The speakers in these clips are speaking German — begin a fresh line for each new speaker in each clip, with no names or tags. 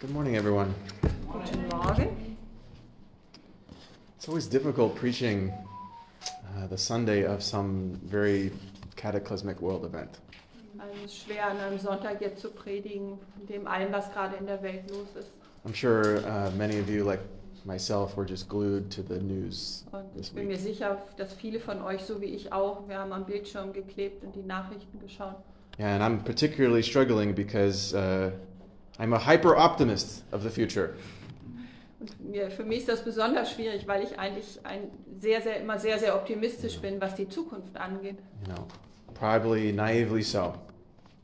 Good morning, everyone.
Guten Morgen.
It's always difficult preaching uh, the Sunday of some very cataclysmic world event.
Also es ist schwer, an einem Sonntag jetzt zu predigen, von dem allen, was gerade in der Welt los ist.
I'm sure uh, many of you, like myself, were just glued to the news
Und
this
ich bin mir
week.
sicher, dass viele von euch, so wie ich auch, wir haben am Bildschirm geklebt und die Nachrichten geschaut.
Yeah, and I'm particularly struggling because uh, I'm a hyper optimist of the future.
Und mir, für mich ist das besonders schwierig, weil ich eigentlich ein sehr, sehr, immer sehr, sehr optimistisch bin, was die Zukunft angeht.
You know, probably naively so.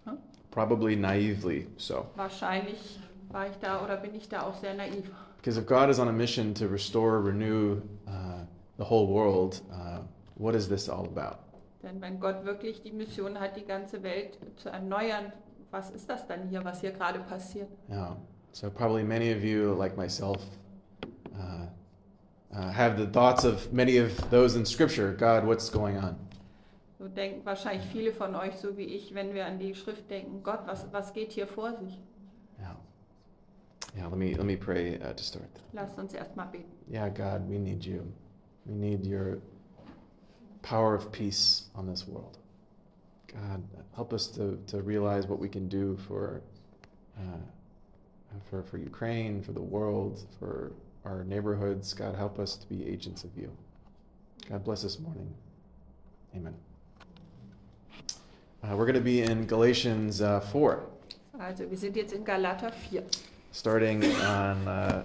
Huh?
Probably naively so.
Wahrscheinlich war ich da oder bin ich da auch sehr naiv.
Because if God is on a mission to restore, renew uh, the whole world, uh, what is this all about?
Denn wenn Gott wirklich die Mission hat, die ganze Welt zu erneuern, was ist das dann hier, was hier gerade passiert?
Yeah. So probably many of you, like myself, uh, uh, have the thoughts of many of those in Scripture. God, what's going on?
So denken wahrscheinlich viele von euch, so wie ich, wenn wir an die Schrift denken, Gott, was, was geht hier vor sich?
Yeah. Yeah. Let me let me pray uh, to start.
Lasst uns erstmal beten.
Yeah, God, we need you. We need your power of peace on this world. God, help us to, to realize what we can do for, uh, for, for Ukraine, for the world, for our neighborhoods. God, help us to be agents of you. God, bless this morning. Amen. Uh, we're going to be in Galatians uh, 4,
Also, wir sind jetzt in Galater 4.
starting on uh,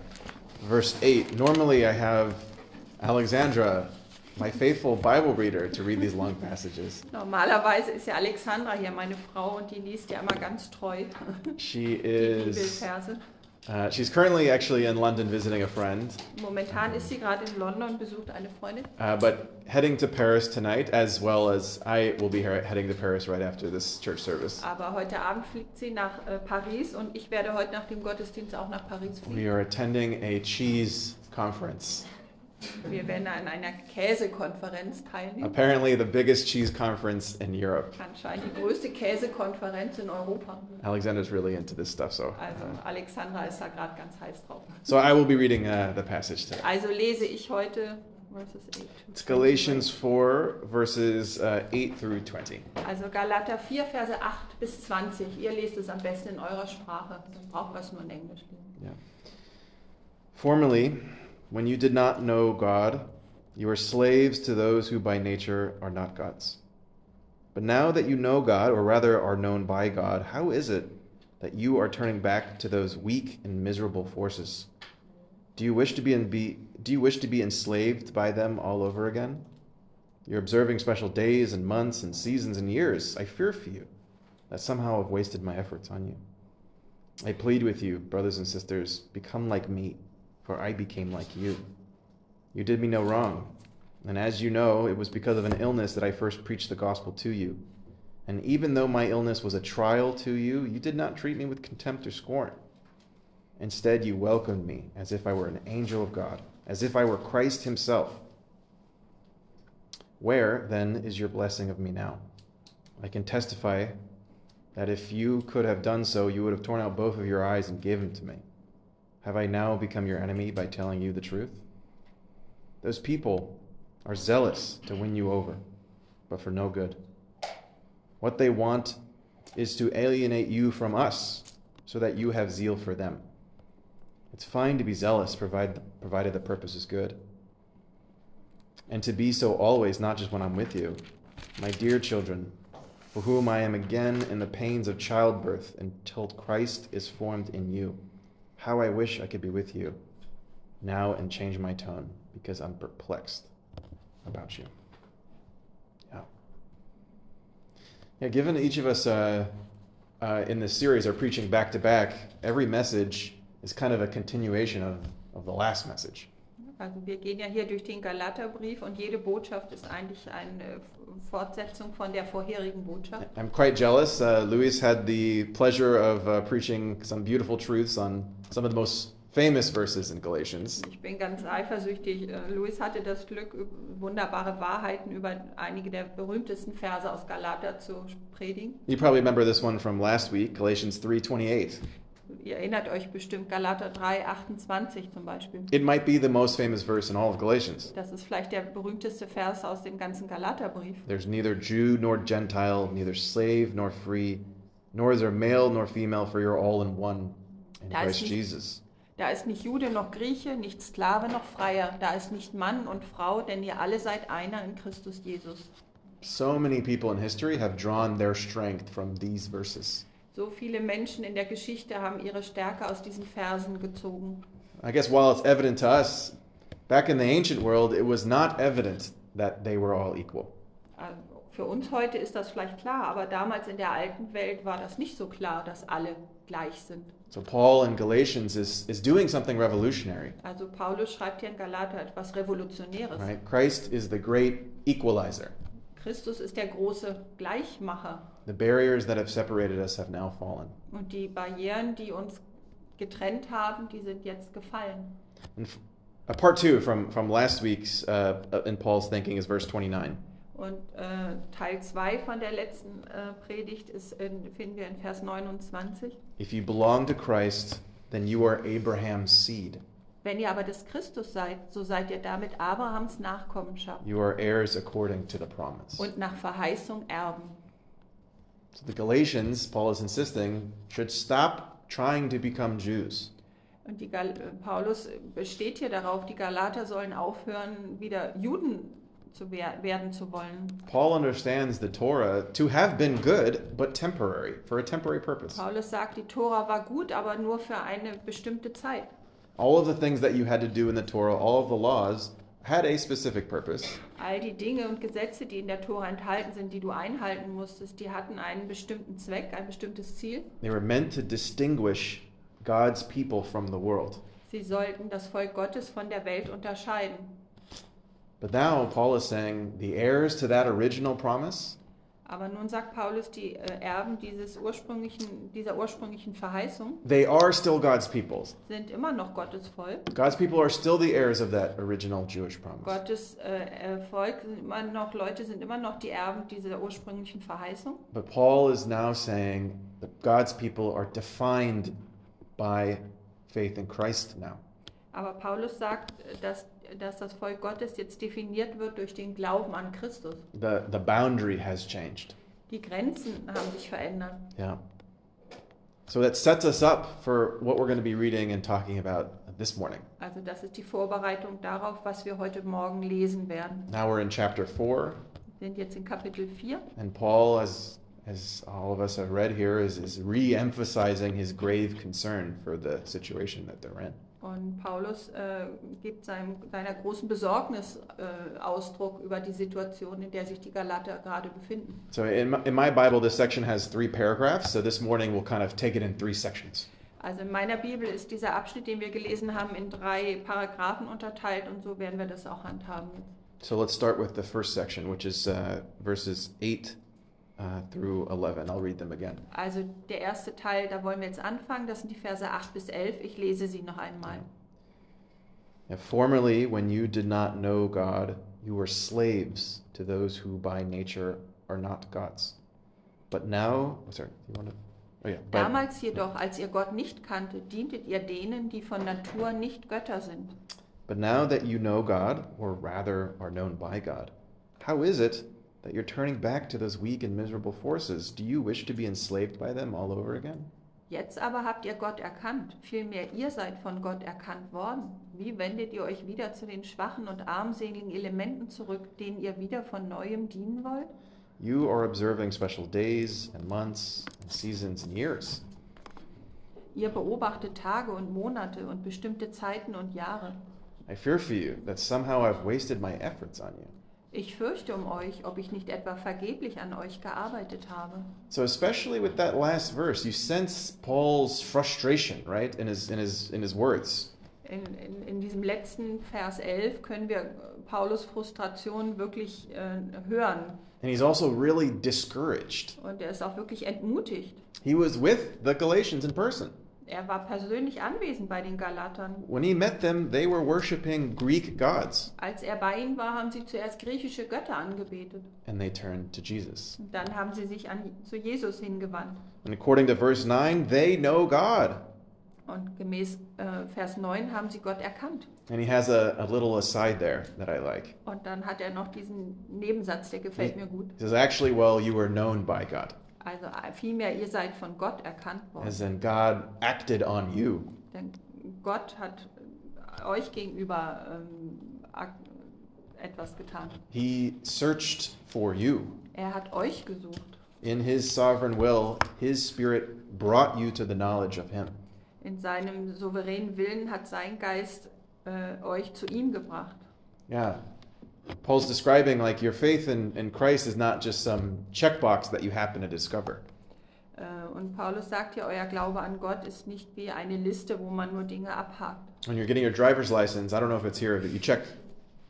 verse 8. Normally, I have Alexandra, my faithful Bible reader, to read these long passages.
Normalerweise ist ja Alexandra hier meine Frau und die liest ja immer ganz treu
She
die
is.
Bibelverse.
Uh, she's currently actually in London visiting a friend,
Momentan ist sie gerade in London, besucht eine Freundin.
uh, but heading to Paris tonight, as well as I will be here, heading to Paris right after this church service.
Aber heute Abend fliegt sie nach äh, Paris und ich werde heute nach dem Gottesdienst auch nach Paris
We
fliegen.
are attending a cheese conference.
Wir werden an einer Käsekonferenz teilnehmen.
Apparently, the biggest cheese conference in Europe.
Anscheinend die größte Käsekonferenz in Europa.
Alexandra's really into this stuff, so.
Also Alexandra ist da gerade ganz heiß drauf.
So I will be reading uh, the passage today.
Also lese ich heute Verses 8 to
It's Galatians 4, verses uh, 8 through 20.
20. Also Galater 4, Verse 8 bis 20. Ihr lest es am besten in eurer Sprache. Dann braucht was nur in Englisch. lesen.
Yeah. Formerly, when you did not know God, you were slaves to those who by nature are not God's. But now that you know God, or rather are known by God, how is it that you are turning back to those weak and miserable forces? Do you wish to be, in, be do you wish to be enslaved by them all over again? You're observing special days and months and seasons and years. I fear for you that somehow I've wasted my efforts on you. I plead with you, brothers and sisters, become like me, for I became like you. You did me no wrong, and as you know, it was because of an illness that I first preached the gospel to you. And even though my illness was a trial to you, you did not treat me with contempt or scorn. Instead, you welcomed me as if I were an angel of God, as if I were Christ Himself. Where, then, is your blessing of me now? I can testify that if you could have done so, you would have torn out both of your eyes and given to me. Have I now become your enemy by telling you the truth? Those people are zealous to win you over, but for no good. What they want is to alienate you from us so that you have zeal for them. It's fine to be zealous provide, provided the purpose is good. And to be so always, not just when I'm with you. My dear children, for whom I am again in the pains of childbirth until Christ is formed in you. How I wish I could be with you now and change my tone because I'm perplexed about you. Yeah. Yeah, given each of us uh, uh, in this series are preaching back to back, every message is kind of a continuation of, of the last message.
Also wir gehen ja hier durch den Galaterbrief und jede Botschaft ist eigentlich eine äh, Fortsetzung von der vorherigen Botschaft.
I'm quite jealous. Uh, Luis had the pleasure of uh, preaching some beautiful truths on some of the most famous verses in Galatians.
Ich bin ganz eifersüchtig. Äh, Luis hatte das Glück, üb- wunderbare Wahrheiten über einige der berühmtesten Verse aus Galater zu predigen.
You probably remember this one from last week, Galatians 3:28.
ihr erinnert euch bestimmt Galater 3, 28 zum Beispiel.
It might be the most famous verse in all of Galatians.
Das ist vielleicht der berühmteste Vers aus dem ganzen Galaterbrief.
There's neither Jew nor Gentile, neither slave nor free, nor is there male nor female, for you're all in one in
Da ist
Christ
nicht-
Jesus.
Da ist nicht Jude noch Grieche, nicht Sklave noch Freier, da ist nicht Mann und Frau, denn ihr alle seid einer in Christus Jesus.
So many people in history have drawn their strength from these verses.
So viele Menschen in der Geschichte haben ihre Stärke aus diesen Versen gezogen.
I guess while it's evident to us, back in the ancient world, it was not evident that they were all equal.
Also Für uns heute ist das vielleicht klar, aber damals in der alten Welt war das nicht so klar, dass alle gleich sind.
So Paul in Galatians is, is doing something revolutionary,
Also Paulus schreibt hier in Galater etwas Revolutionäres.
right? Christ is the great equalizer.
Christus ist der große Gleichmacher
The barriers that have separated us have now fallen.
und die Barrieren, die uns getrennt haben, die sind jetzt gefallen.
And f- a part two from, from last week's uh, uh, in Paul's thinking is verse 29.
Und äh, Teil 2 von der letzten äh, Predigt ist in, finden wir in Vers 29.
If you belong to Christ, then you are Abraham's seed.
Wenn ihr aber des Christus seid, so seid ihr damit Abrahams Nachkommenschaft
You are heirs according to the promise.
und nach Verheißung Erben.
So the Galatians, Paul is insisting, should stop trying to become Jews.
Und die Gal äh, Paulus besteht hier darauf, die Galater sollen aufhören, wieder Juden zu wer werden zu wollen.
Paul understands the Torah to have been good, but temporary, for a temporary purpose.
Paulus sagt, die Tora war gut, aber nur für eine bestimmte Zeit.
All of the things that you had to do in the Torah, all of the laws, had a specific purpose.
All die Dinge und Gesetze, die in der Tora enthalten sind, die du einhalten musstest, die hatten einen bestimmten Zweck, ein bestimmtes Ziel.
They were meant to distinguish God's people from the world.
Sie sollten das Volk Gottes von der Welt unterscheiden.
But now Paul is saying the heirs to that original promise
Aber nun sagt Paulus, die äh, Erben dieses ursprünglichen, dieser ursprünglichen Verheißung
They are still God's people.
sind immer noch Gottes Volk.
God's people are still the heirs of that original Jewish promise.
Gottes äh, äh, Volk sind immer noch Leute, sind immer noch die Erben dieser ursprünglichen Verheißung.
But Paul is now saying that God's people are defined by faith in Christ now.
Aber Paulus sagt, äh, dass, dass das Volk Gottes jetzt definiert wird durch den Glauben an Christus.
The the boundary has changed.
Die Grenzen haben sich verändert.
Yeah. So that sets us up for what we're going to be reading and talking about this morning.
Also das ist die Vorbereitung darauf, was wir heute Morgen lesen werden.
Now we're in chapter 4
Wir sind jetzt in Kapitel 4
and Paul as as all of us have read here is is re-emphasizing his grave concern for the situation that they're in.
und Paulus äh, gibt seinem, seiner großen Besorgnis äh, Ausdruck über die Situation, in der sich die Galater gerade befinden.
So in my, in my Bible, this section has three paragraphs. So this morning we'll kind of take it in three sections.
Also in meiner Bibel ist dieser Abschnitt, den wir gelesen haben, in drei Paragraphen unterteilt und so werden wir das auch handhaben.
So let's start with the first section, which is uh, verses 8 uh, through 11. I'll read them again.
Also der erste Teil, da wollen wir jetzt anfangen, das sind die Verse 8 bis 11. Ich lese sie noch einmal.
Now, formerly, when you did not know God, you were slaves to those who by nature are not gods. But now, oh, sorry, you want to? Oh, yeah. But,
Damals jedoch, als ihr Gott nicht kannte, dientet ihr denen, die von Natur nicht Götter sind.
but now that you know God, or rather are known by God, how is it that you're turning back to those weak and miserable forces? Do you wish to be enslaved by them all over again?
Jetzt aber habt ihr Gott erkannt, vielmehr ihr seid von Gott erkannt worden. Wie wendet ihr euch wieder zu den schwachen und armseligen Elementen zurück, denen ihr wieder von neuem dienen wollt?
You are observing special days and months and seasons and years.
Ihr beobachtet Tage und Monate und bestimmte Zeiten und Jahre.
I fear for you that somehow I've wasted my efforts on you.
Ich fürchte um euch, ob ich nicht etwa vergeblich an euch gearbeitet habe.
So especially with that last verse, you sense Paul's frustration, right? In his in his in his words.
In, in, in diesem letzten Vers 11 können wir äh, Paulus Frustration wirklich äh, hören.
And he's also really discouraged.
Und er ist auch wirklich entmutigt.
He was with the Galatians in person.
Er war persönlich anwesend bei den Galatern.
When he met them, they were worshiping Greek gods
Als er bei ihnen war, haben sie zuerst griechische Götter angebetet.
and they turned to Jesus.
Und dann haben sie sich an, zu Jesus hingewandt.
And according to verse 9, they know God.
Und gemäß äh, Vers 9 haben sie Gott erkannt.
And he has a, a little aside there that I like.
Und dann hat er noch diesen Nebensatz, der gefällt mir gut.
He says, actually, well, you were known by God,
Also äh, vielmehr, ihr seid von Gott erkannt worden.
as in God acted on you.
Denn Gott hat äh, euch gegenüber ähm, ak- etwas getan.
He searched for you.
Er hat euch gesucht.
In his sovereign will, his spirit brought you to the knowledge of him.
In seinem souveränen Willen hat sein Geist äh, euch zu ihm gebracht.
Yeah. Paul's describing like your faith in, in Christ is not just some checkbox that you happen to discover.
Äh, und Paulus sagt ja, euer Glaube an Gott ist nicht wie eine Liste, wo man nur Dinge abhakt.
When you're getting your driver's license, I don't know if it's here, but you check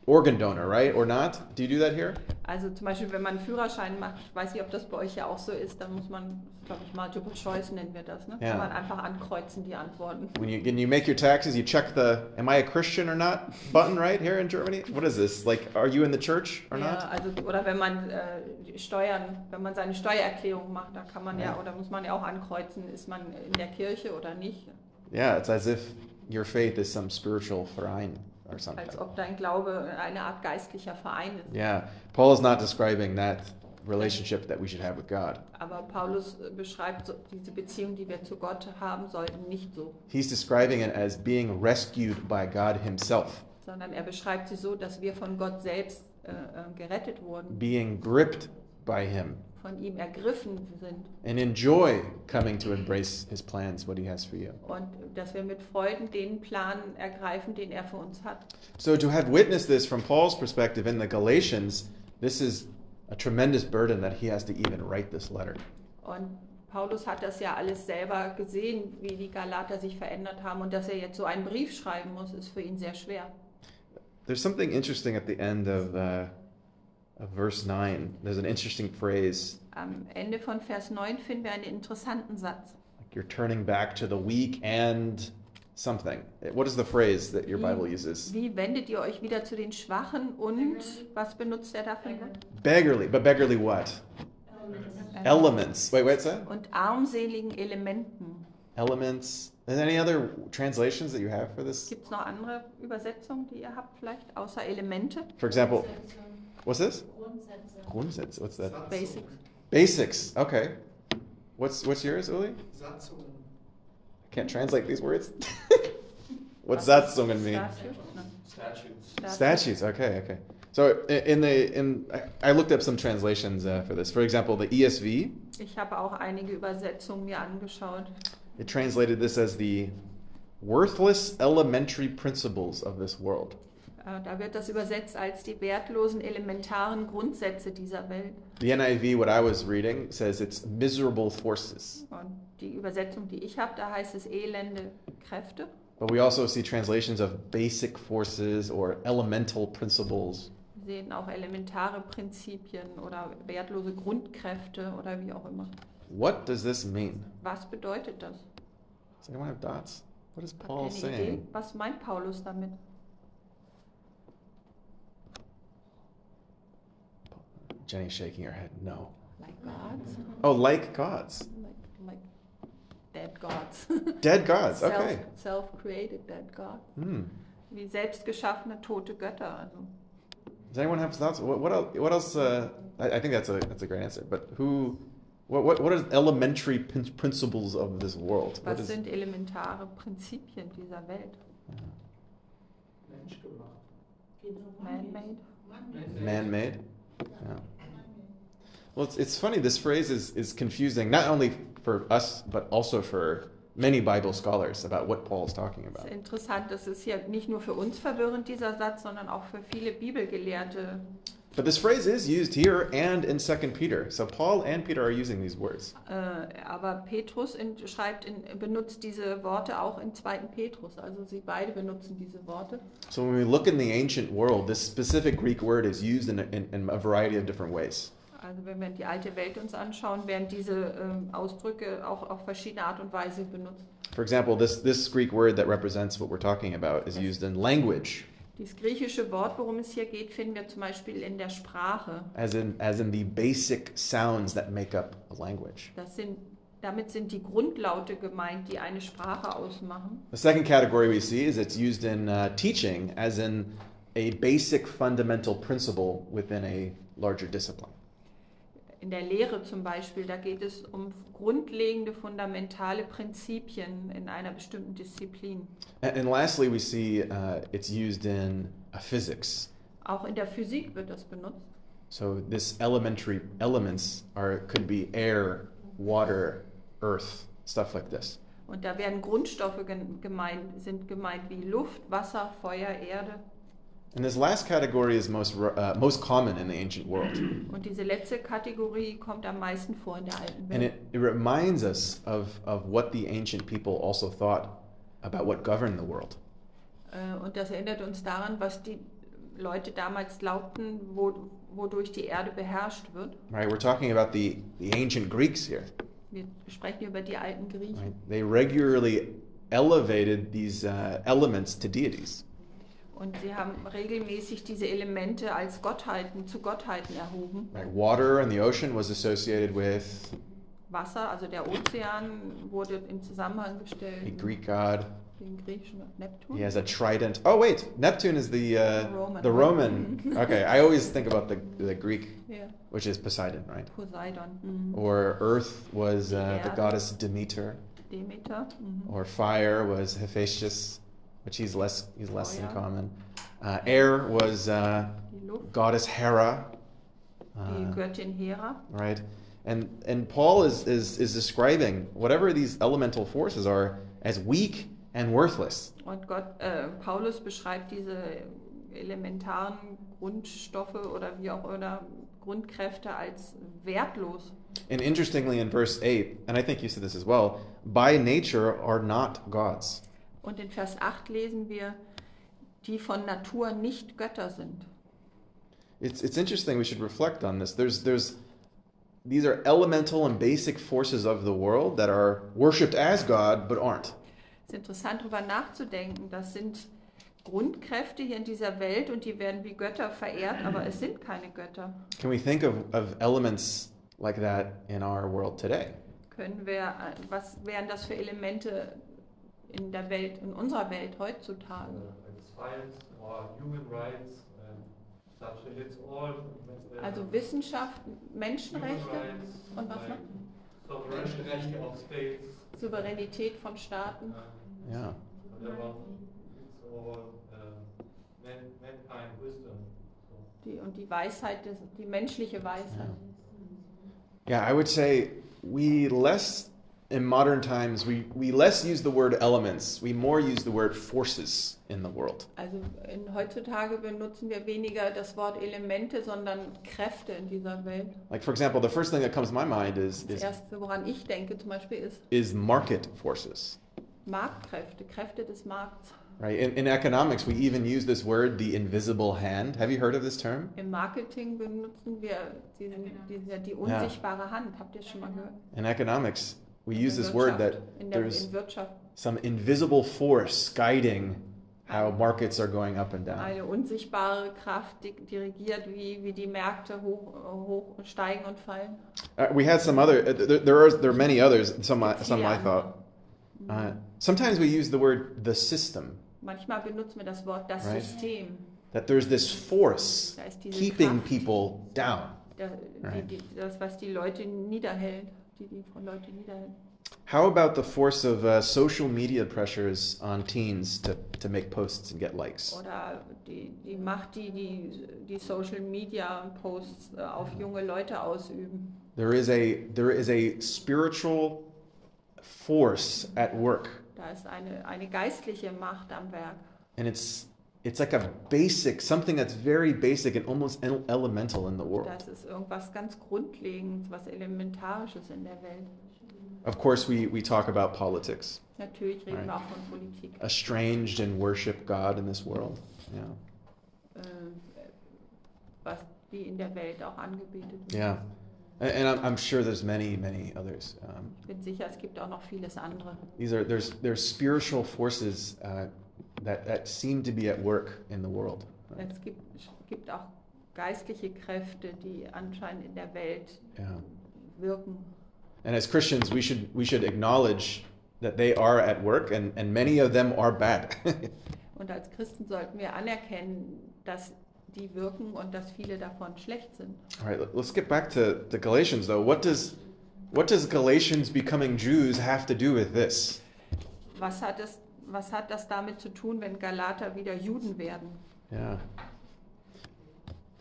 organ donor, right? Or not? Do you do that here?
Also zum Beispiel, wenn man einen Führerschein macht, ich weiß nicht, ob das bei euch ja auch so ist, dann muss man, glaube ich, Multiple Choice nennen wir das, ne?
Ja.
Kann man einfach ankreuzen, die Antworten.
When you, when you make your taxes, you check the am I a Christian or not button, right? Here in Germany? What is this? Like, are you in the church or
Ja,
not?
also, oder wenn man äh, die Steuern, wenn man seine Steuererklärung macht, da kann man ja.
Ja.
oder muss man ja auch ankreuzen, ist man in der Kirche oder nicht,
Yeah, it's as if your faith is some spiritual verein or something.
als ob dein Glaube eine Art geistlicher Verein ist.
Yeah, Paul is not describing that relationship that we should have with God.
Aber Paulus äh, beschreibt so, diese Beziehung, die wir zu Gott haben sollten, nicht so,
He's describing it as being rescued by God Himself,
sondern er beschreibt sie so, dass wir von Gott selbst äh, äh, gerettet wurden,
being gripped by Him,
von ihm ergriffen sind.
and enjoy coming to embrace His plans, what He has for you.
Und dass wir mit Freuden den Plan ergreifen, den er für uns hat.
So, to have witnessed this from Paul's perspective in the Galatians, this is a tremendous burden that he has to even write this letter.
Und Paulus hat das ja alles selber gesehen, wie die Galater sich verändert haben. Und dass er jetzt so einen Brief schreiben muss, ist für ihn sehr schwer.
There's something interesting at the end of, uh, of verse 9. There's an interesting phrase
Am Ende von Vers 9 finden wir einen interessanten Satz.
Like you're turning back to the weak and something. What is the phrase that your Bible uses?
Wie wendet ihr euch wieder zu den Schwachen und was benutzt er dafür?
Beggarly, but beggarly what? Elements. Wait, what's that?
Und armseligen Elementen.
Elements. Is there any other translations that you have for this?
Gibt es noch andere Übersetzungen, die ihr habt vielleicht, außer Elemente?
For example, what's this?
Grundsätze.
Grundsätze. What's that?
Satzungen.
Basics.
Basics. Okay. What's what's yours, Uli?
Satzungen.
I can't translate these words. What's
Was
that
ist
song mean?
Statute? Also Ne.
Statutes.
Statute.
Statues. Okay, okay. So i- in the in I- I looked up some translations uh, for this. For example, the ESV.
Ich habe auch einige Übersetzungen mir angeschaut.
It translated this as the worthless elementary principles of this world.
Äh, Da wird das übersetzt als die wertlosen elementaren Grundsätze dieser Welt.
The NIV, what I was reading, says it's miserable forces.
Und die Übersetzung, die ich habe, da heißt es elende Kräfte.
But we also see translations of basic forces or elemental principles.
Wir sehen auch elementare Prinzipien oder wertlose Grundkräfte oder wie auch immer.
What does this mean?
Was bedeutet das?
Does anyone have dots? What is
Habt
Paul
ihr eine Idee?
saying?
Was meint Paulus damit?
Jenny's shaking her head. No.
Like gods?
Oh, like gods.
Like, like dead gods.
Dead gods.
Self-
Ah, Okay.
Self-created dead gods.
Hmm.
Wie selbstgeschaffene tote Götter. Also.
Does anyone have thoughts? What, what else? What else uh, I, I think that's a that's a great answer. But who? What what what are elementary prin- principles of this world? What
Was
is-
sind elementare Prinzipien dieser Welt?
Mensch gemacht.
Man-made?
man-made? Yeah. Well, it's, it's funny. This phrase is is confusing not only for us but also for many Bible scholars about what Paul's talking
Es
about.
ist interessant, das ist ja nicht nur für uns verwirrend, dieser Satz, sondern auch für viele Bibelgelehrte.
But this phrase is used here and in Second Peter. So Paul and Peter are using these words.
Äh, Aber Petrus in, schreibt in, benutzt diese Worte auch in 2. Petrus. Also sie beide benutzen diese Worte.
So when we look in the ancient world, this specific Greek word is used in, a- in, in a variety of different ways.
Also wenn wir die alte Welt uns anschauen, werden diese ähm, Ausdrücke auch auf verschiedene Art und Weise benutzt.
For example, this, this Greek word that represents what we're talking about is used in language,
Dieses griechische Wort, worum es hier geht, finden wir zum Beispiel in der Sprache.
as in, as in the basic sounds that make up a language.
Das sind Damit sind die Grundlaute gemeint, die eine Sprache ausmachen.
The second category we see is it's used in uh, teaching as in a basic fundamental principle within a larger discipline.
In der Lehre zum Beispiel, da geht es um grundlegende, fundamentale Prinzipien in einer bestimmten Disziplin.
A- And lastly, we see uh, it's used in uh, physics.
Auch in der Physik wird das benutzt.
So this elementary elements are could be air, water, earth, stuff like this.
Und da werden Grundstoffe gen- gemeint, sind gemeint wie Luft, Wasser, Feuer, Erde.
And this last category is most ru- uh, most common in the ancient world, and
Und diese letzte Kategorie kommt am meisten vor in der alten Welt.
it, it reminds us of of what the ancient people also thought about what governed the world.
Äh, Und das erinnert uns daran, was die Leute damals glaubten, wo, wodurch die Erde beherrscht wird.
Right? We're talking about the the ancient Greeks here.
Wir sprechen über die alten
Right?
Griechen.
They regularly elevated these uh, elements to deities.
Und sie haben regelmäßig diese Elemente als Gottheiten, zu Gottheiten erhoben.
Right? Water and the ocean was associated with
Wasser, also der Ozean, wurde im Zusammenhang gestellt
a
mit
Greek god.
dem griechischen Neptun.
He has a trident. Oh wait, Neptune is the uh,
Roman.
the Roman. okay, I always think about the the Greek,
Ja,
which is Poseidon, right?
Poseidon, mhm.
Or Earth was uh, the
Yeah.
goddess Demeter,
Demeter. Mhm.
or Fire was Hephaestus, which he's less he's less in
Feuer.
common. Uh, air was uh,
Die Luft,
goddess Hera,
die
uh,
Göttin Hera.
right? And and Paul is, is is describing whatever these elemental forces are as weak and worthless.
Und Gott, äh, Paulus beschreibt diese elementaren Grundstoffe oder wie auch immer Grundkräfte als wertlos.
And interestingly, in verse 8, and I think you said this as well, by nature are not gods.
Und in Vers 8 lesen wir, die von Natur nicht Götter sind.
It's, it's interesting, we should reflect on this. There's, there's, these are elemental and basic forces of the world that are worshipped as God but aren't.
Es ist interessant, darüber nachzudenken. Das sind Grundkräfte hier in dieser Welt und die werden wie Götter verehrt, aber es sind keine Götter.
Can we think of, of elements like that in our world today?
Können wir, äh, was wären das für Elemente in der Welt, in unserer Welt
uh,
heutzutage?
and science or human rights and such. And it's all. uh,
Also Wissenschaft,
human
Menschenrechte,
rights
und was noch?
like Sovereignty of states.
Souveränität von Staaten.
um,
Yeah.
Whatever. It's all uh, man, mankind wisdom. So.
Die, und die Weisheit, des, die menschliche Weisheit.
Yeah, I would say we less, in modern times, we, we less use the word elements, we more use the word forces in the world.
Also in, heutzutage benutzen wir weniger das Wort Elemente, sondern Kräfte in dieser Welt.
Like, for example, the first thing that comes to my mind is,
Das
is
erste, woran ich denke zum Beispiel, ist
is market forces,
Marktkräfte, Kräfte des Markts.
right? In, in economics, we even use this word, the invisible hand. Have you heard of this term?
Im Marketing benutzen wir diesen, diese, die unsichtbare Hand. Habt ihr schon mal gehört?
In economics, we use
In
this
der
word that
Wirtschaft, in der
there's
in Wirtschaft
some invisible force guiding how markets are going up and down.
eine unsichtbare Kraft di- dirigiert, wie, wie die Märkte hoch, hoch steigen und fallen.
Uh, we had some other. uh, There, there are there are many others. Some I,
Viele
some I
andere.
thought. Uh, sometimes we use the word the system.
Manchmal benutzen wir das Wort das
Right.
System.
That there's this force
Da ist diese
keeping
Kraft,
people down.
da,
Right.
die, die, das, was die Leute niederhält, die die Leute niederhält.
How about the force of uh, social media pressures on teens to, to make posts and get likes?
Oder die, die Macht, die, die die Social Media Posts äh, auf
Mhm.
junge Leute ausüben.
There is a there is a spiritual force at work,
Da ist eine, eine geistliche Macht am Werk.
and it's it's like a basic something that's very basic and almost el- elemental in the world.
Das ist irgendwas ganz Grundlegendes, was Elementarisches in der Welt.
Of course, we we talk about politics,
Natürlich reden
Right.
wir auch von Politik.
estranged and worship God in this world. Yeah,
Äh, was die in der Welt auch angebetet wird.
yeah, and, and I'm, I'm sure there's many many others. Um,
Ich bin sicher, es gibt auch noch vieles andere.
these are there's there's spiritual forces uh, that that seem to be at work in the world. Right?
Es gibt, es gibt auch geistliche Kräfte, die anscheinend in der Welt
Yeah.
wirken.
And as Christians, we should, we should acknowledge that they are at work, and, and many of them are bad.
Und als Christen sollten wir anerkennen, dass die wirken und dass viele davon schlecht sind.
All right, let- let's get back to the Galatians, though. What does, what does Galatians becoming Jews have to do with this?
Was hat, es, was hat das damit zu tun, wenn Galater wieder Juden werden?
Yeah.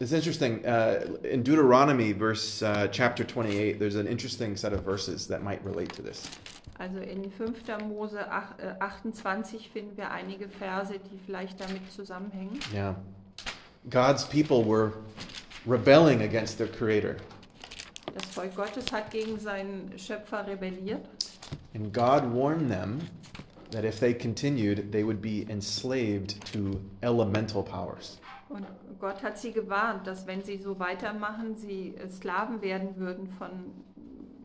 It's interesting. Uh, in Deuteronomy, verse uh, chapter 28, there's an interesting set of verses that might relate to this.
Also in 5. Mose ach- äh, 28 finden wir einige Verse, die vielleicht damit zusammenhängen.
Yeah. God's people were rebelling against their creator,
Das Volk Gottes hat gegen seinen Schöpfer rebelliert
and God warned them that if they continued, they would be enslaved to elemental powers.
und Gott hat sie gewarnt, dass wenn sie so weitermachen, sie äh, Sklaven werden würden von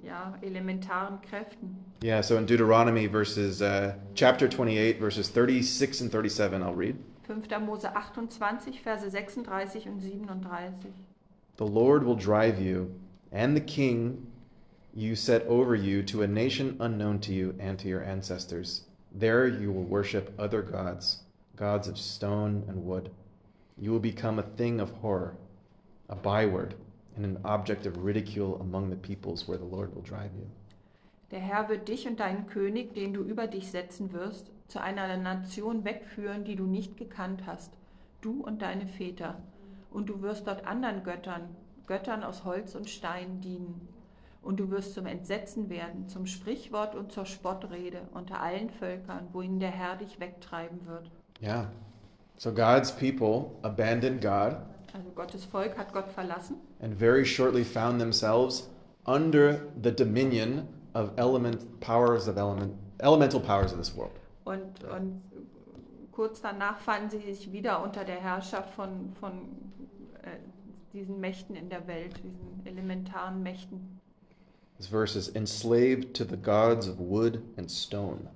ja, elementaren Kräften.
Yeah, so in Deuteronomy verses uh, chapter 28 verses 36 and 37 I'll read.
5. Mose 28, Verse 36 und 37.
The Lord will drive you and the king you set over you to a nation unknown to you and to your ancestors. There you will worship other gods, gods of stone and wood. You will become a thing of horror, a byword, and an object of ridicule among the peoples where the Lord will drive you.
Der Herr wird dich und deinen König, den du über dich setzen wirst, zu einer Nation wegführen, die du nicht gekannt hast, du und deine Väter. Und du wirst dort anderen Göttern, Göttern aus Holz und Stein dienen. Und du wirst zum Entsetzen werden, zum Sprichwort und zur Spottrede unter allen Völkern, wohin der Herr dich wegtreiben wird.
Yeah. So God's people abandoned God
Also Gottes Volk hat Gott verlassen
and very shortly found themselves under the dominion of element powers of element elemental powers of this world.
Und, und kurz danach fanden sie sich wieder unter der Herrschaft von, von äh, diesen Mächten in der Welt, diesen elementaren Mächten.
This verse is enslaved to the gods of wood and stone.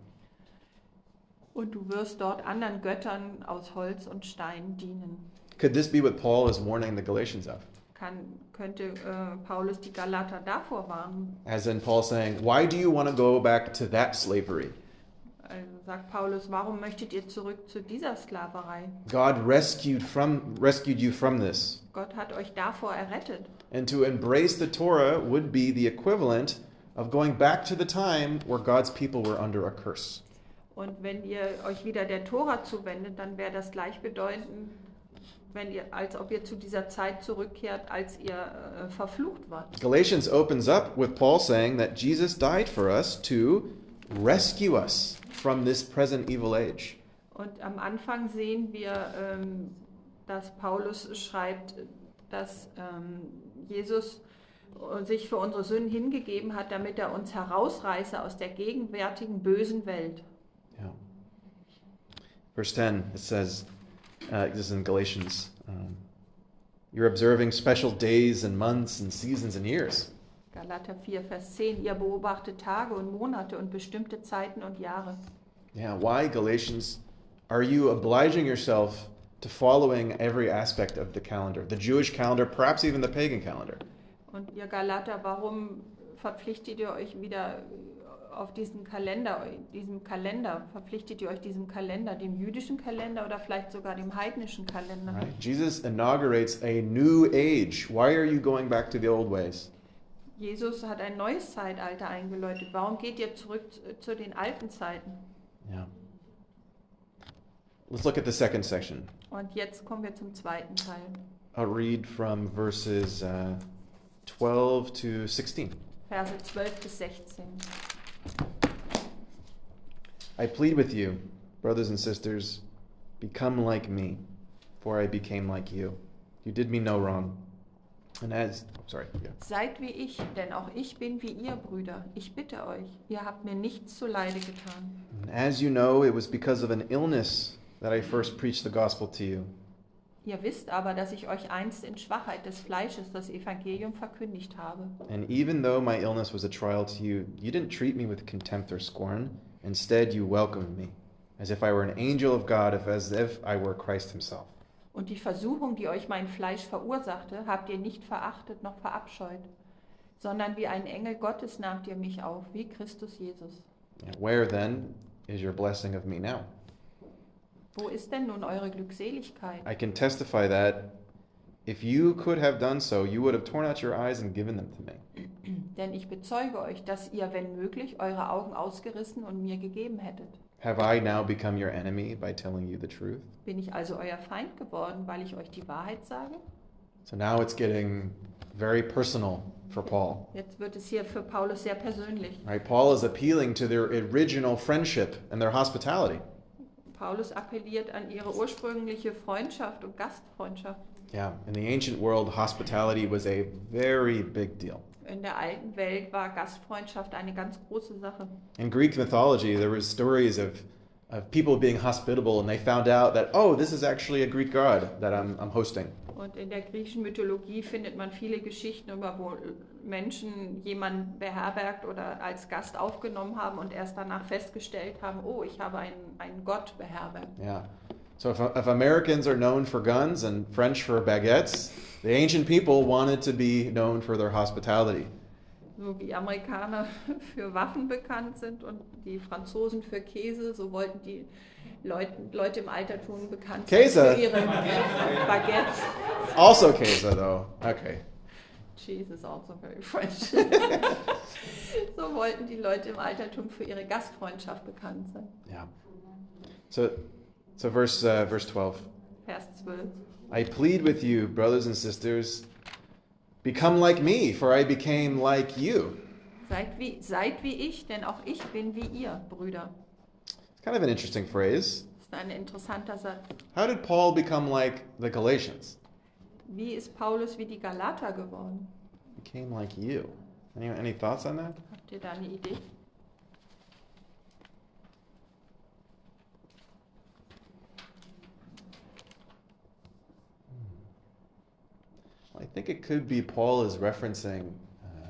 Und du wirst dort anderen Göttern aus Holz und Stein dienen.
Could this be what Paul is warning the Galatians of?
Kann, könnte äh, Paulus die Galater davor warnen?
As in Paul saying, Why do you want to go back to that slavery?
Also sagt Paulus, warum möchtet ihr zurück zu dieser Sklaverei?
God rescued from rescued you from this.
Gott hat euch davor errettet.
And to embrace the Torah would be the equivalent of going back to the time where God's people were under a curse.
Und wenn ihr euch wieder der Tora zuwendet, dann wäre das gleichbedeutend, wenn ihr, als ob ihr zu dieser Zeit zurückkehrt, als ihr äh, verflucht wart.
Galatians opens up with Paul saying that Jesus died for us to rescue us from this present evil age.
Und am Anfang sehen wir, ähm, dass Paulus schreibt, dass ähm, Jesus äh, sich für unsere Sünden hingegeben hat, damit er uns herausreiße aus der gegenwärtigen bösen Welt.
Yeah. Verse 10, it says, uh, this is in Galatians, um, you're observing special days and months and seasons and years.
Galater 4, Vers 10. Ihr beobachtet Tage und Monate und bestimmte Zeiten und Jahre.
Yeah, why, Galatians, are you obliging yourself to following every aspect of the calendar, the Jewish calendar, perhaps even the pagan calendar?
Und ihr Galater, warum verpflichtet ihr euch wieder auf diesen Kalender, diesem Kalender, verpflichtet ihr euch diesem Kalender, dem jüdischen Kalender oder vielleicht sogar dem heidnischen Kalender?
Right? Jesus inaugurates a new age. Why are you going back to the old ways?
Jesus hat ein neues Zeitalter eingeläutet. Warum geht ihr zurück zu- zu den alten Zeiten?
Yeah. Let's look at the second section.
Und jetzt kommen wir zum zweiten Teil.
I'll read from verses uh, 12 to 16.
Verse 12 bis 16.
I plead with you, brothers and sisters, become like me, for I became like you. You did me no wrong. And as, sorry, yeah.
Seid wie ich, denn auch ich bin wie ihr, Brüder. Ich bitte euch, ihr habt mir nichts zuleide getan.
And as you know, it was because of an illness that I first preached the gospel to you.
Ihr wisst aber, dass ich euch einst in Schwachheit des Fleisches das Evangelium verkündigt habe.
And even though my illness was a trial to you, you didn't treat me with contempt or scorn. Instead, you welcomed me, as if I were an angel of God, if, as if I were Christ Himself.
Und die Versuchung, die euch mein Fleisch verursachte, habt ihr nicht verachtet noch verabscheut. sondern wie ein Engel Gottes nahm dir mich auf, wie Christus Jesus.
Where then is your blessing of me now?
Wo ist denn nun eure Glückseligkeit?
I can testify that if you could have done so, you would have torn out your eyes and given them to me.
Denn ich bezeuge euch, dass ihr, wenn möglich, eure Augen ausgerissen und mir gegeben hättet.
Have I now become your enemy by telling you the truth?
Bin ich also euer Feind geworden, weil ich euch die Wahrheit sage?
So now it's getting very personal for Paul.
Jetzt wird es hier für Paulus sehr persönlich.
Right? Paul is appealing to their original friendship and their hospitality.
Paulus appelliert an ihre ursprüngliche Freundschaft und Gastfreundschaft.
Yeah, in the ancient world, hospitality was a very big deal.
In der alten Welt war Gastfreundschaft eine ganz große Sache.
In Greek mythology, there was stories of, of people being hospitable, and they found out that oh, this is actually a Greek god that I'm, I'm hosting.
Und in der griechischen Mythologie findet man viele Geschichten über, wo Menschen jemanden beherbergt oder als Gast aufgenommen haben und erst danach festgestellt haben, oh, ich habe einen, einen Gott beherbergt.
Yeah. So if, if Americans are known for guns and French for baguettes, the ancient people wanted to be known for their hospitality.
So wie Amerikaner für Waffen bekannt sind und die Franzosen für Käse, so wollten die Leute, Leute im Altertum bekannt
Käse?
sein für ihre Baguettes.
Also queso, though. Okay.
Cheese is also very French. so wollten die Leute im Altertum für ihre Gastfreundschaft bekannt sein.
Yeah. So, so verse uh, verse twelve.
Vers 12.
I plead with you, brothers and sisters, become like me, for I became like you.
Seid wie, seid wie ich, denn auch ich bin wie ihr, Brüder.
It's kind of an interesting phrase.
Das ist ein interessanter Satz.
How did Paul become like the Galatians?
Wie ist Paulus wie die Galater geworden?
Became like you. Any any thoughts on that?
Habt ihr da eine Idee?
I think it could be Paul is referencing uh,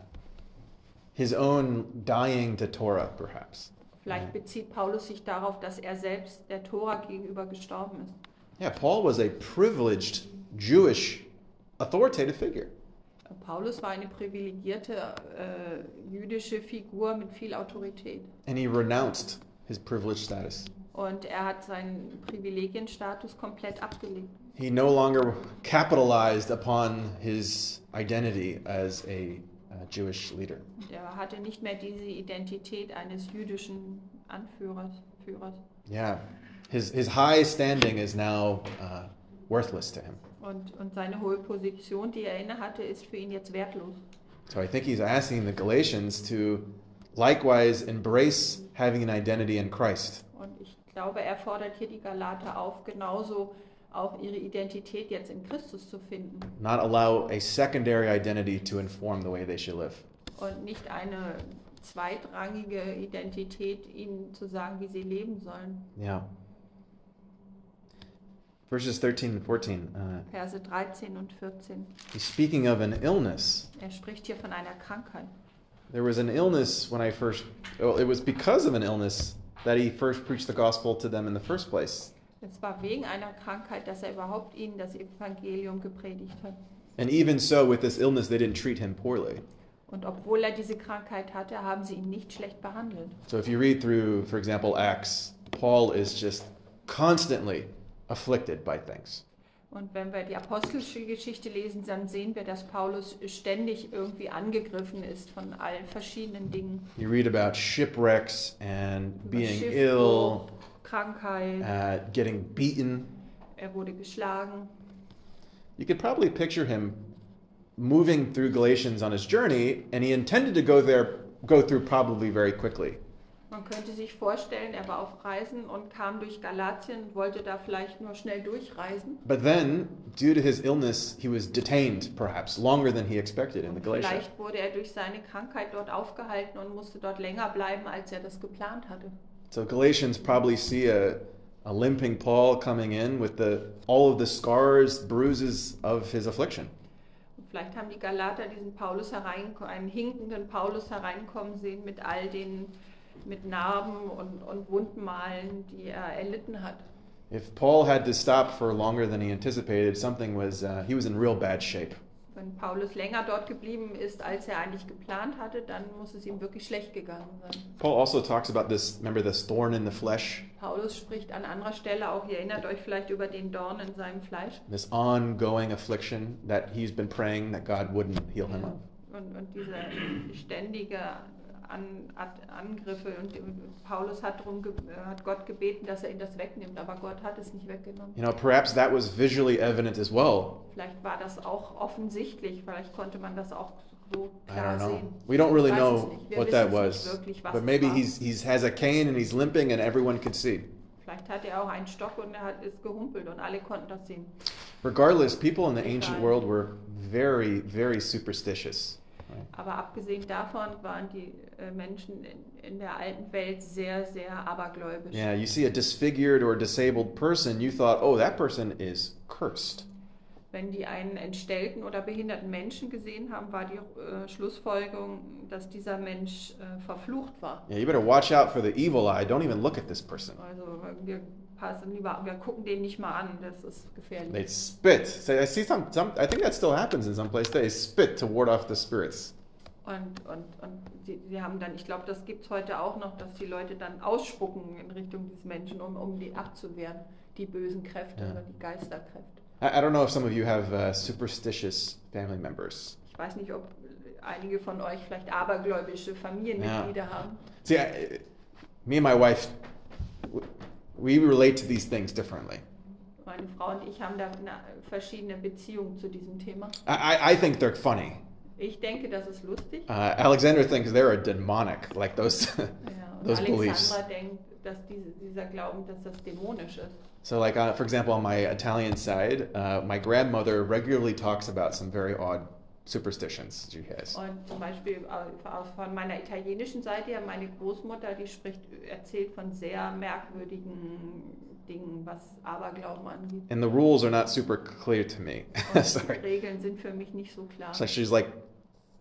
his own dying to Torah, perhaps.
Vielleicht bezieht Paulus sich darauf, dass er selbst der Tora gegenüber gestorben ist.
Yeah, Paul was a privileged Jewish authoritative figure.
Paulus war eine privilegierte äh, jüdische Figur mit viel Autorität.
and he renounced his privileged status.
Und er hat seinen Privilegienstatus komplett abgelegt.
He no longer capitalized upon his identity as a, uh Jewish leader.
Und er hatte nicht mehr diese Identität eines jüdischen Anführers. Führers.
Yeah, his his high standing is now uh, worthless to him.
Und, und seine hohe Position, die er innehatte, ist für ihn jetzt wertlos.
So I think he's asking the Galatians to likewise embrace having an identity in Christ.
Und ich glaube, er fordert hier die Galater auf, genauso auch ihre Identität jetzt in Christus zu finden
Not allow a secondary identity to inform the way they should live.
und nicht eine zweitrangige Identität ihnen zu sagen, wie sie leben sollen.
Yeah. Verses 13 and 14. Uh,
Verse 13 und 14.
he's speaking of an illness
Er spricht hier von einer Krankheit.
There was an illness when I first. Well, it was because of an illness that he first preached the gospel to them in the first place.
Es war wegen einer Krankheit, dass er überhaupt ihnen das Evangelium gepredigt hat.
And even so, with this illness, they didn't treat him poorly.
Und obwohl er diese Krankheit hatte, haben sie ihn nicht schlecht behandelt.
So if you read through, for example, Acts, Paul is just constantly afflicted by things.
Und wenn wir die apostelische Geschichte lesen, dann sehen wir, dass Paulus ständig irgendwie angegriffen ist von allen verschiedenen Dingen.
You read about shipwrecks and
Über
being ill,
Schiffbruch, Krankheit,
uh, getting beaten.
er wurde geschlagen.
You could probably picture him moving through Galatians on his journey, and he intended to go there, go through probably very quickly.
Man könnte sich vorstellen, er war auf Reisen und kam durch Galatien und wollte da vielleicht nur schnell durchreisen.
But then, due to his illness, he was detained, perhaps longer than he expected in the Galatia.
Vielleicht wurde er durch seine Krankheit dort aufgehalten und musste dort länger bleiben, als er das geplant hatte.
So Galatians probably see a, a limping Paul coming in with the all of the scars, bruises of his affliction.
Und Vielleicht haben die Galater diesen Paulus hereinko- einen hinkenden Paulus hereinkommen sehen mit all den mit Narben und, und Wundmalen, die er erlitten hat.
If Paul had to stop for longer than he anticipated, something was uh, he was in real bad shape.
Wenn Paulus länger dort geblieben ist, als er eigentlich geplant hatte, dann muss es ihm wirklich schlecht gegangen sein.
Paul also talks about this, remember this thorn in the flesh,
Paulus spricht an anderer Stelle auch, ihr erinnert euch vielleicht über den Dorn in seinem Fleisch
this ongoing affliction that he's been praying that God wouldn't heal him of.
und, und diese ständige an, At- Angriffe. Und Paulus hat, drum ge hat Gott gebeten, dass er ihn das wegnimmt, aber Gott hat es nicht weggenommen.
You know, perhaps that was visually evident as well.
Vielleicht war das auch offensichtlich, vielleicht konnte man das auch so
I don't
klar
know.
sehen.
We don't really
Ich weiß es
know
nicht. Wir
what
wissen
that
es
was.
Nicht wirklich, was
But
es
maybe
war.
he's he's has a cane and he's limping and everyone could see.
Vielleicht hatte er auch einen Stock und er hat, ist gehumpelt und alle konnten das sehen.
Regardless, people in the
Okay.
ancient world were very, very superstitious. right?
Aber abgesehen davon waren die äh, Menschen in, in der alten Welt sehr, sehr abergläubisch.
Yeah, you see a disfigured or disabled person, you thought, oh, that person is cursed.
Wenn die einen entstellten oder behinderten Menschen gesehen haben, war die äh, Schlussfolgerung, dass dieser Mensch äh, verflucht war.
Yeah, you better watch out for the evil eye. Don't even look at this person.
Also wir passen lieber, wir gucken den nicht mal an, das ist gefährlich.
They spit. So I see some, some. I think that still happens in some place. They spit to ward off the spirits.
Und, und, und sie, sie haben dann, ich glaube, das gibt es heute auch noch, dass die Leute dann ausspucken in Richtung des Menschen, um, um die abzuwehren, die bösen Kräfte
Ja.
oder die Geisterkräfte.
I, I don't know if some of you have uh, superstitious family members.
Ich weiß nicht, ob einige von euch vielleicht abergläubische Familienmitglieder
Ja.
haben.
See, I, me and my wife, w- we relate to these things differently.
Meine Frau und ich haben da eine verschiedene Beziehungen zu diesem Thema.
I, I, I think they're funny.
Ich denke, das ist lustig.
Uh, Alexander thinks they're demonic, like those
Ja, und
those beliefs.
Alexandra denkt, dass diese, dieser Glauben, dass das dämonisch ist.
So, like uh, for example, on my Italian side, uh, my grandmother regularly talks about some very odd superstitions she has.
Und zum Beispiel au- auf- von meiner italienischen Seite her, meine Großmutter, die spricht, erzählt von sehr merkwürdigen Dingen, was Aberglauben angeht.
And the rules are not super clear to me.
Und die
Sorry.
Regeln sind für mich nicht so klar.
So she's like,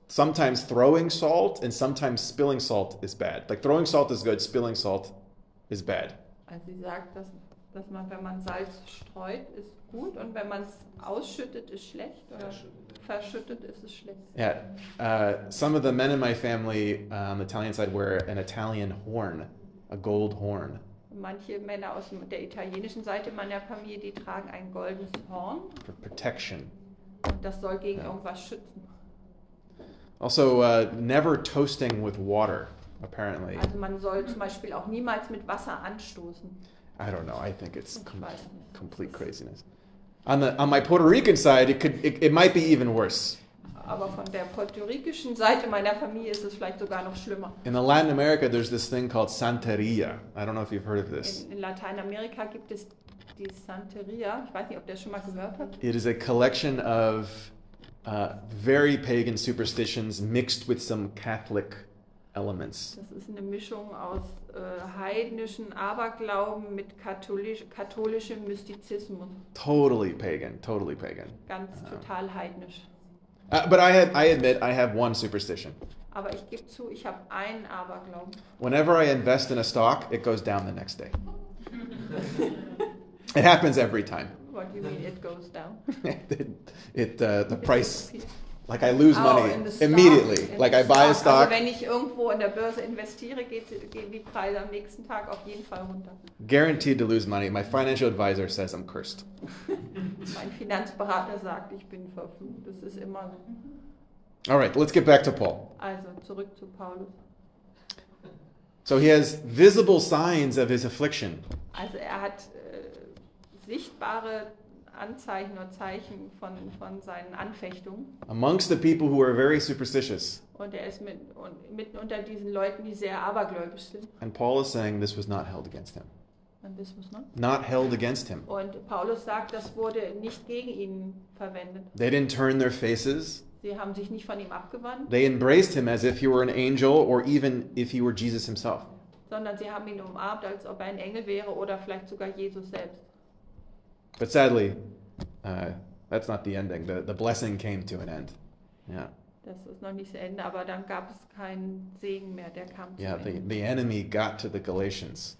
sometimes throwing salt and sometimes spilling salt is bad. Like throwing salt is good, spilling salt is bad.
Also sie sagt, dass, dass man, wenn man Salz streut, ist gut und wenn man es ausschüttet, ist schlecht oder
Verschüttet.
verschüttet, ist es schlecht.
Yeah. Uh, some of the men in my family uh, on the Italian side wear an Italian horn, a gold horn.
Manche Männer aus dem- der italienischen Seite meiner Familie, die tragen ein goldenes Horn
for protection.
und das soll gegen
Ja.
irgendwas schützen.
Also, uh, never toasting with water, apparently.
Also man soll zum Beispiel auch niemals mit Wasser anstoßen.
I don't know. I think it's com-
Right.
complete craziness. On, the, on my Puerto Rican side, it, could, it, it might be even worse.
Aber von der puerto-rikischen Seite meiner Familie ist es vielleicht sogar noch schlimmer.
In the Latin America, there's this thing called Santeria. I don't know if you've heard of this.
In, in Lateinamerika gibt es die Santeria. Ich weiß nicht, ob der schon mal gehört hat.
It is a collection of uh, very pagan superstitions mixed with some Catholic elements.
Das ist eine Mischung aus äh, heidnischen Aberglauben mit katholisch, katholischem Mystizismus.
Totally pagan, totally pagan.
Ganz
Ah.
total heidnisch.
Uh, but I, had, I admit, I have one superstition.
Aber ich gebe zu, ich habe einen Aberglauben.
Whenever I invest in a stock, it goes down the next day. It happens every time.
What do you mean it goes down?
it, it, uh, the price, like I lose
Oh,
money
in the stock, in
immediately.
the
Like I buy a stock,
Also wenn ich irgendwo in der Börse investiere, geht, gehen die Preise am nächsten Tag auf jeden Fall runter.
guaranteed to lose money. My financial advisor says I'm cursed.
Mein Finanzberater sagt, ich bin verflucht. Das ist immer so.
All right, let's get back to Paul.
Also zurück zu Paulus.
So he has visible signs of his affliction.
Also er hat äh, sichtbare Anzeichen oder Zeichen von, von seinen Anfechtungen.
Amongst the people who are very superstitious,
Und er ist mit, und, mitten unter diesen Leuten, die sehr abergläubisch sind.
and Paul is saying this was not held against him.
Und das muss man- ne?
Not held against him.
Und Paulus sagt, das wurde nicht gegen ihn verwendet.
They didn't turn their faces.
Sie haben sich nicht von ihm abgewandt,
They embraced him as if he were an angel or even if he were Jesus himself.
sondern sie haben ihn umarmt, als ob er ein Engel wäre oder vielleicht sogar Jesus selbst.
But sadly, uh, that's not the ending. The, the blessing came to an end. Yeah.
Das ist noch nicht zu Ende, aber dann gab es keinen Segen mehr, der kam zu
Yeah. The,
Ende.
the enemy got to the Galatians.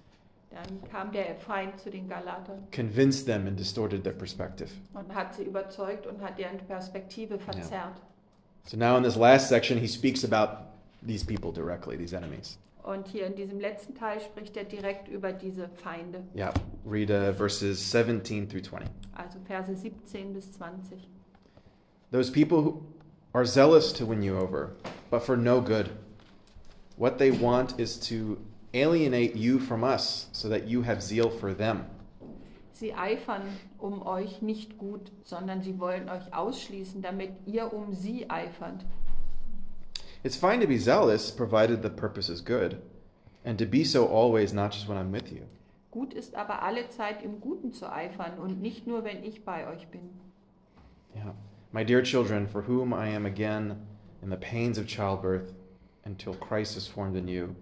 Dann kam der Feind zu den Galatern
convinced them, and distorted their perspective.
und hat sie überzeugt und hat deren Perspektive verzerrt.
So now in this last section, he speaks about these people directly, these enemies.
Und hier in diesem letzten Teil spricht er direkt über diese Feinde,
Yeah, read uh, verses 17 through 20.
also Verse 17 bis 20.
Those people who are zealous to win you over, but for no good. What they want is to alienate you from us so that you have zeal for them.
Sie eifern um euch nicht gut, sondern sie wollen euch ausschließen, damit ihr um sie eifert.
It's fine to be zealous provided the purpose is good, and to be so always, not just when I'm with you.
Gut ist aber alle Zeit im Guten zu eifern und nicht nur, wenn ich bei euch bin.
Yeah. My dear children, for whom I am again in the pains of childbirth until Christ is formed in you.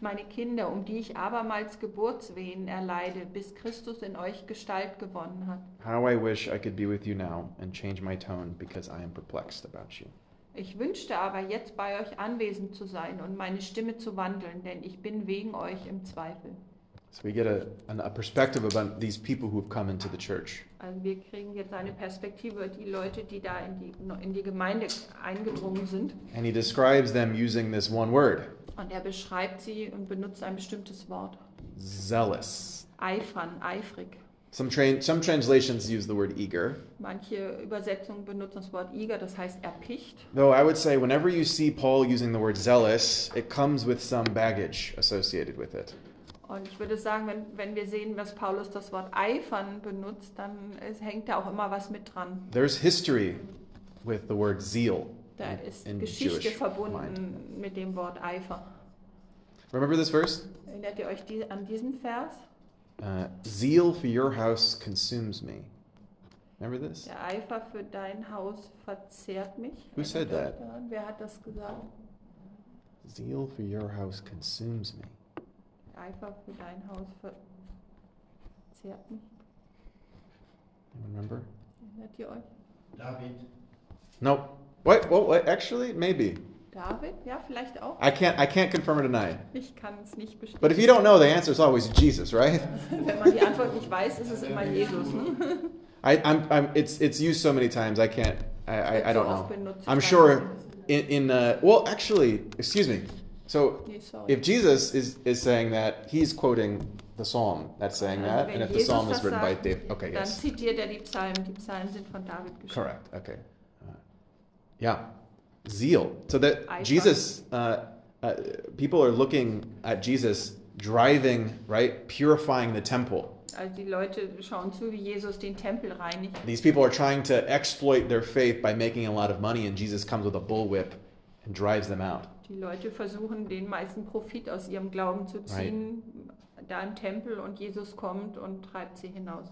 Meine Kinder, um die ich abermals Geburtswehen erleide, bis Christus in euch Gestalt gewonnen hat.
How I wish I could be with you now and change my tone because I am perplexed about you.
Ich wünschte aber jetzt bei euch anwesend zu sein und meine Stimme zu wandeln, denn ich bin wegen euch im Zweifel.
So we get a, an, a perspective about these people who have come into the church.
Also wir kriegen jetzt eine Perspektive, die Leute, die da in die, in die Gemeinde eingedrungen sind.
And he describes them using this one word
Und er beschreibt sie und benutzt ein bestimmtes Wort.
zealous.
Eifern, eifrig.
Some, tra- some translations use the word eager,
Manche Übersetzungen benutzen das Wort eager, das heißt erpicht.
though I would say whenever you see Paul using the word zealous, it comes with some baggage associated with it.
Und ich würde sagen, wenn, wenn wir sehen, dass Paulus das Wort eifern benutzt, dann es hängt da auch immer was mit dran.
There's history with the word zeal
Da
in-
ist
in
Geschichte
Jewish
verbunden
mind.
mit dem Wort Eifer.
Remember this verse?
Erinnert ihr euch die, an diesen Vers?
Uh, zeal for your house consumes me. Remember this?
Der Eifer für dein Haus verzehrt mich.
Who said
Erinnert
that?
euch daran? Wer hat das gesagt?
Zeal for your house consumes me.
Der Eifer für dein Haus verzehrt mich.
Anyone Remember?
Erinnert ihr euch?
David.
No. What? Well, what? actually, maybe.
David? Ja, vielleicht auch.
I can't. I can't confirm or deny.
Ich kann es nicht bestätigen.
But if you don't know, the answer is always Jesus, right?
Wenn man die Antwort nicht weiß, ist es immer Jesus. Ne?
I, I'm, I'm. It's. It's used so many times. I can't. I. I, I don't
Wird so oft
know.
benutzt,
I'm
ich weiß
sure.
nicht.
In. In. Uh, well, actually, excuse me. So
Nee, sorry.
If Jesus is, is saying that, he's quoting the psalm that's saying
Also
that,
wenn
and if the
Jesus
psalm is
das
written by
sagt,
David, okay,
Dann
yes,
zitiert er die Psalmen. Die Psalmen sind von David geschrieben.
correct, okay, uh, yeah, zeal. So that
Eifer.
Jesus, uh, uh, people are looking at Jesus driving, right, purifying the temple.
Also die Leute schauen zu, wie Jesus den Tempel reinigt.
These people are trying to exploit their faith by making a lot of money, and Jesus comes with a bullwhip and drives them out.
Die Leute versuchen, den meisten Profit aus ihrem Glauben zu ziehen, da im Tempel und Jesus kommt und treibt sie hinaus.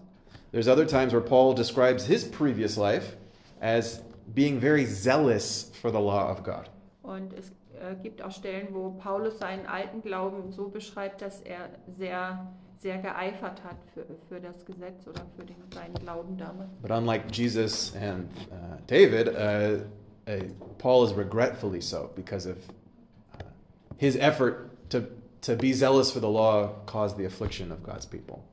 There's other times where Paul describes his previous life as being very zealous for the law of God.
Und es äh, gibt auch Stellen, wo Paulus seinen alten Glauben so beschreibt, dass er sehr, sehr geeifert hat für, für das Gesetz oder für den, seinen Glauben damals.
But unlike Jesus and uh, David, uh, uh, Paul is regretfully so because of uh, his effort to, to be zealous for the law caused the affliction of God's people.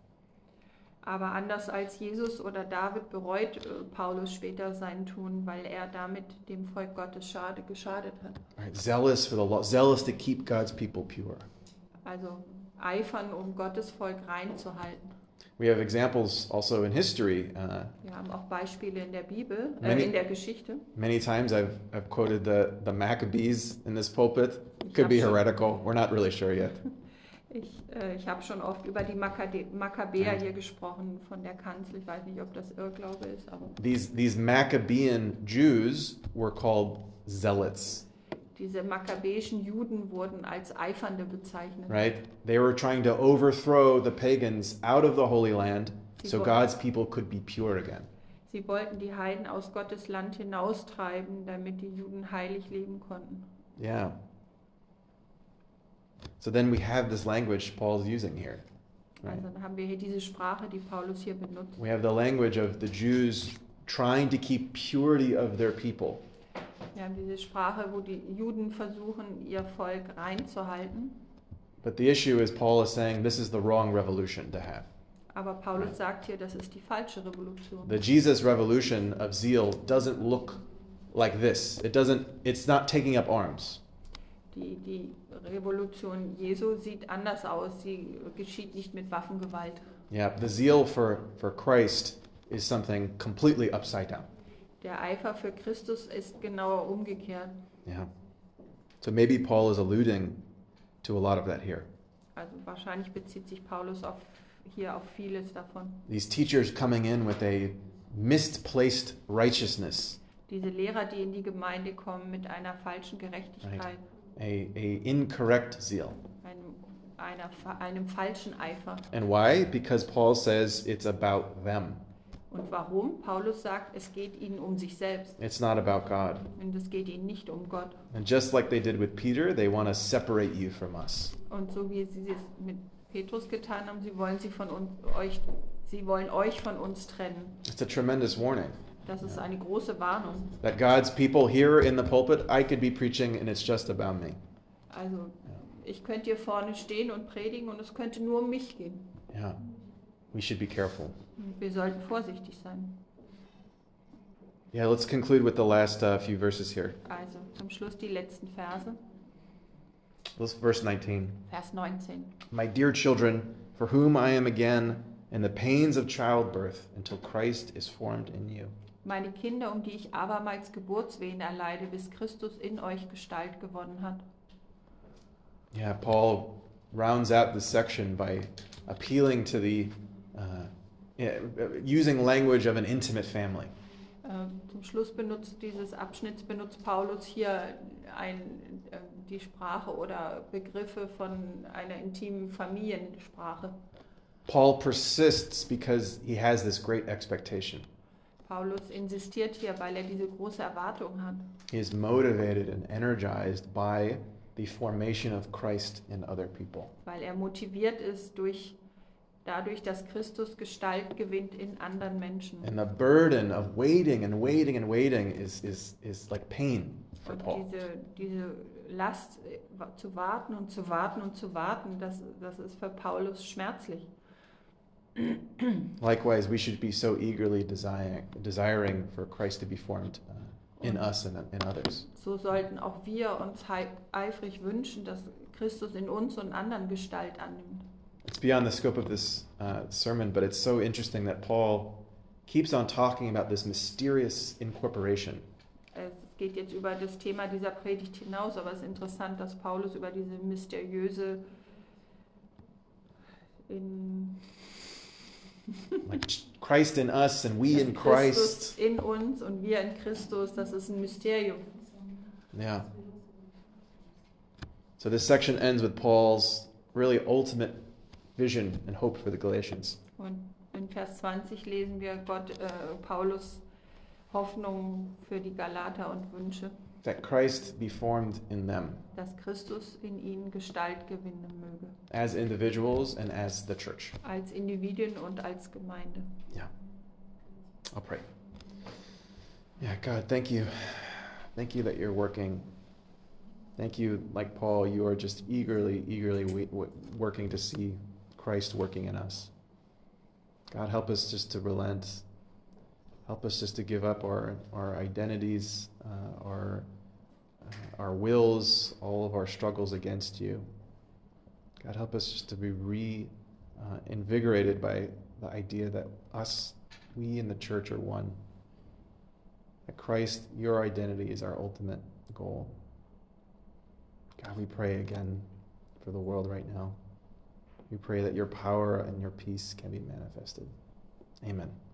Aber anders als Jesus oder David bereut äh, Paulus später sein Tun, weil er damit dem Volk Gottes schade, geschadet hat.
Right? Zealous for the law, zealous to keep God's people pure.
Also eifern, um Gottes Volk reinzuhalten.
We have examples also in history. Uh,
Wir haben auch Beispiele in der Bibel,
Many-
äh, in der Geschichte.
many times I've, I've quoted the, the Maccabees in this pulpit. Could be
Yes.
heretical. We're not really sure yet.
Ich, äh, ich habe schon oft über die Makkade- Makkabäer
Ja.
hier gesprochen von der Kanzel. Ich weiß nicht, ob das Irrglaube ist, aber
These, these Maccabean Jews were called zealots.
diese makkabäischen Juden wurden als Eifernde bezeichnet.
right? They were trying to overthrow the pagans out of the Holy Land so God's people could be pure again.
Sie wollten die Heiden aus Gottes Land hinaustreiben, damit die Juden heilig leben konnten.
Yeah. So then we have this language Paul's using here. Right?
Also dann haben wir hier diese Sprache, die Paulus hier benutzt.
We have the language of the Jews trying to keep purity of their people.
Wir haben diese Sprache, wo die Juden versuchen, ihr Volk reinzuhalten.
But the issue is, Paul is saying this is the wrong revolution to have.
Aber Paulus sagt hier, das ist die falsche Revolution.
The Jesus revolution of zeal doesn't look like this. It doesn't. It's not taking up arms.
Die, die Revolution Jesu sieht anders aus. Sie geschieht nicht mit Waffengewalt.
Yeah, the zeal for for Christ is something completely upside down.
Der Eifer für Christus ist genauer umgekehrt.
Yeah. So maybe Paul is alluding to a lot of that here.
Also wahrscheinlich bezieht sich Paulus auf, hier auf vieles davon.
These teachers coming in with a misplaced righteousness,
Diese Lehrer, die in die Gemeinde kommen mit einer falschen Gerechtigkeit,
a, a incorrect zeal.
einem, einer, fa- einem falschen Eifer.
And why? Because Paul says it's about them.
Und warum? Paulus sagt, es geht ihnen um sich selbst
It's not about God.
und es geht ihnen nicht um Gott.
And just like they did with Peter, they want to separate you from us.
Und so wie sie es mit Petrus getan haben, sie wollen sie von uns, euch, sie wollen euch von uns trennen.
It's a tremendous warning
Das ist eine große Warnung.
that God's people here in the pulpit, I could be preaching and it's just about me.
Also ich könnte hier vorne stehen und predigen und es könnte nur um mich gehen.
Yeah. We should be careful.
Und Wir sollten vorsichtig sein.
Yeah, let's conclude with the last uh, few verses here.
Also zum Schluss die letzten Verse.
Let's verse 19.
Vers 19.
My dear children, for whom I am again in the pains of childbirth until Christ is formed in you.
Meine Kinder, um die ich abermals Geburtswehen erleide, bis Christus in euch Gestalt gewonnen hat.
Yeah, Paul rounds out this section by appealing to the, uh, yeah, using language of an intimate family.
Ähm, Zum Schluss benutzt dieses Abschnitts benutzt Paulus hier ein, äh, die Sprache oder Begriffe von einer intimen Familiensprache.
Paul persists because he has this great expectation.
Paulus insistiert hier, weil er diese große Erwartung hat.
He is motivated and energized by the formation of Christ in other people.
weil er motiviert ist durch dadurch, dass Christus Gestalt gewinnt in anderen Menschen.
And the burden of waiting and waiting and waiting is, is, is like pain for
Und
Paul.
diese, diese Last äh, wa- zu warten und zu warten und zu warten, das, das ist für Paulus schmerzlich.
Likewise, we should be so eagerly desiring, desiring for Christ to be formed uh, in us and in others.
So sollten auch wir uns hei- eifrig wünschen, dass Christus in uns und anderen Gestalt annimmt.
It's beyond the scope of this uh, sermon, but it's so interesting that Paul keeps on talking about this mysterious incorporation.
Also Es geht jetzt über das Thema dieser Predigt hinaus, aber es ist interessant, dass Paulus über diese mysteriöse in
Like Christ in us and we
dass
in
Christus
Christ.
in uns und wir in Christus, das ist ein Mysterium.
Yeah. So this section ends with Paul's really ultimate vision and hope for the Galatians.
Und in Vers 20 lesen wir Gott, äh, Paulus Hoffnung für die Galater und Wünsche,
that Christ be formed in them
dass Christus in ihnen Gestalt gewinnen möge,
as individuals and as the church.
als Individuen und als Gemeinde.
I'll pray. Yeah, God, thank you. Thank you that you're working. Thank you, like Paul, you are just eagerly, eagerly w- w- working to see Christ working in us. God, help us just to relent. Help us just to give up our, our identities, uh, our, uh, our wills, all of our struggles against you. God, help us just to be re uh, invigorated by the idea that us, we in the church are one. That Christ, your identity is our ultimate goal. God, we pray again for the world right now. We pray that your power and your peace can be manifested. Amen.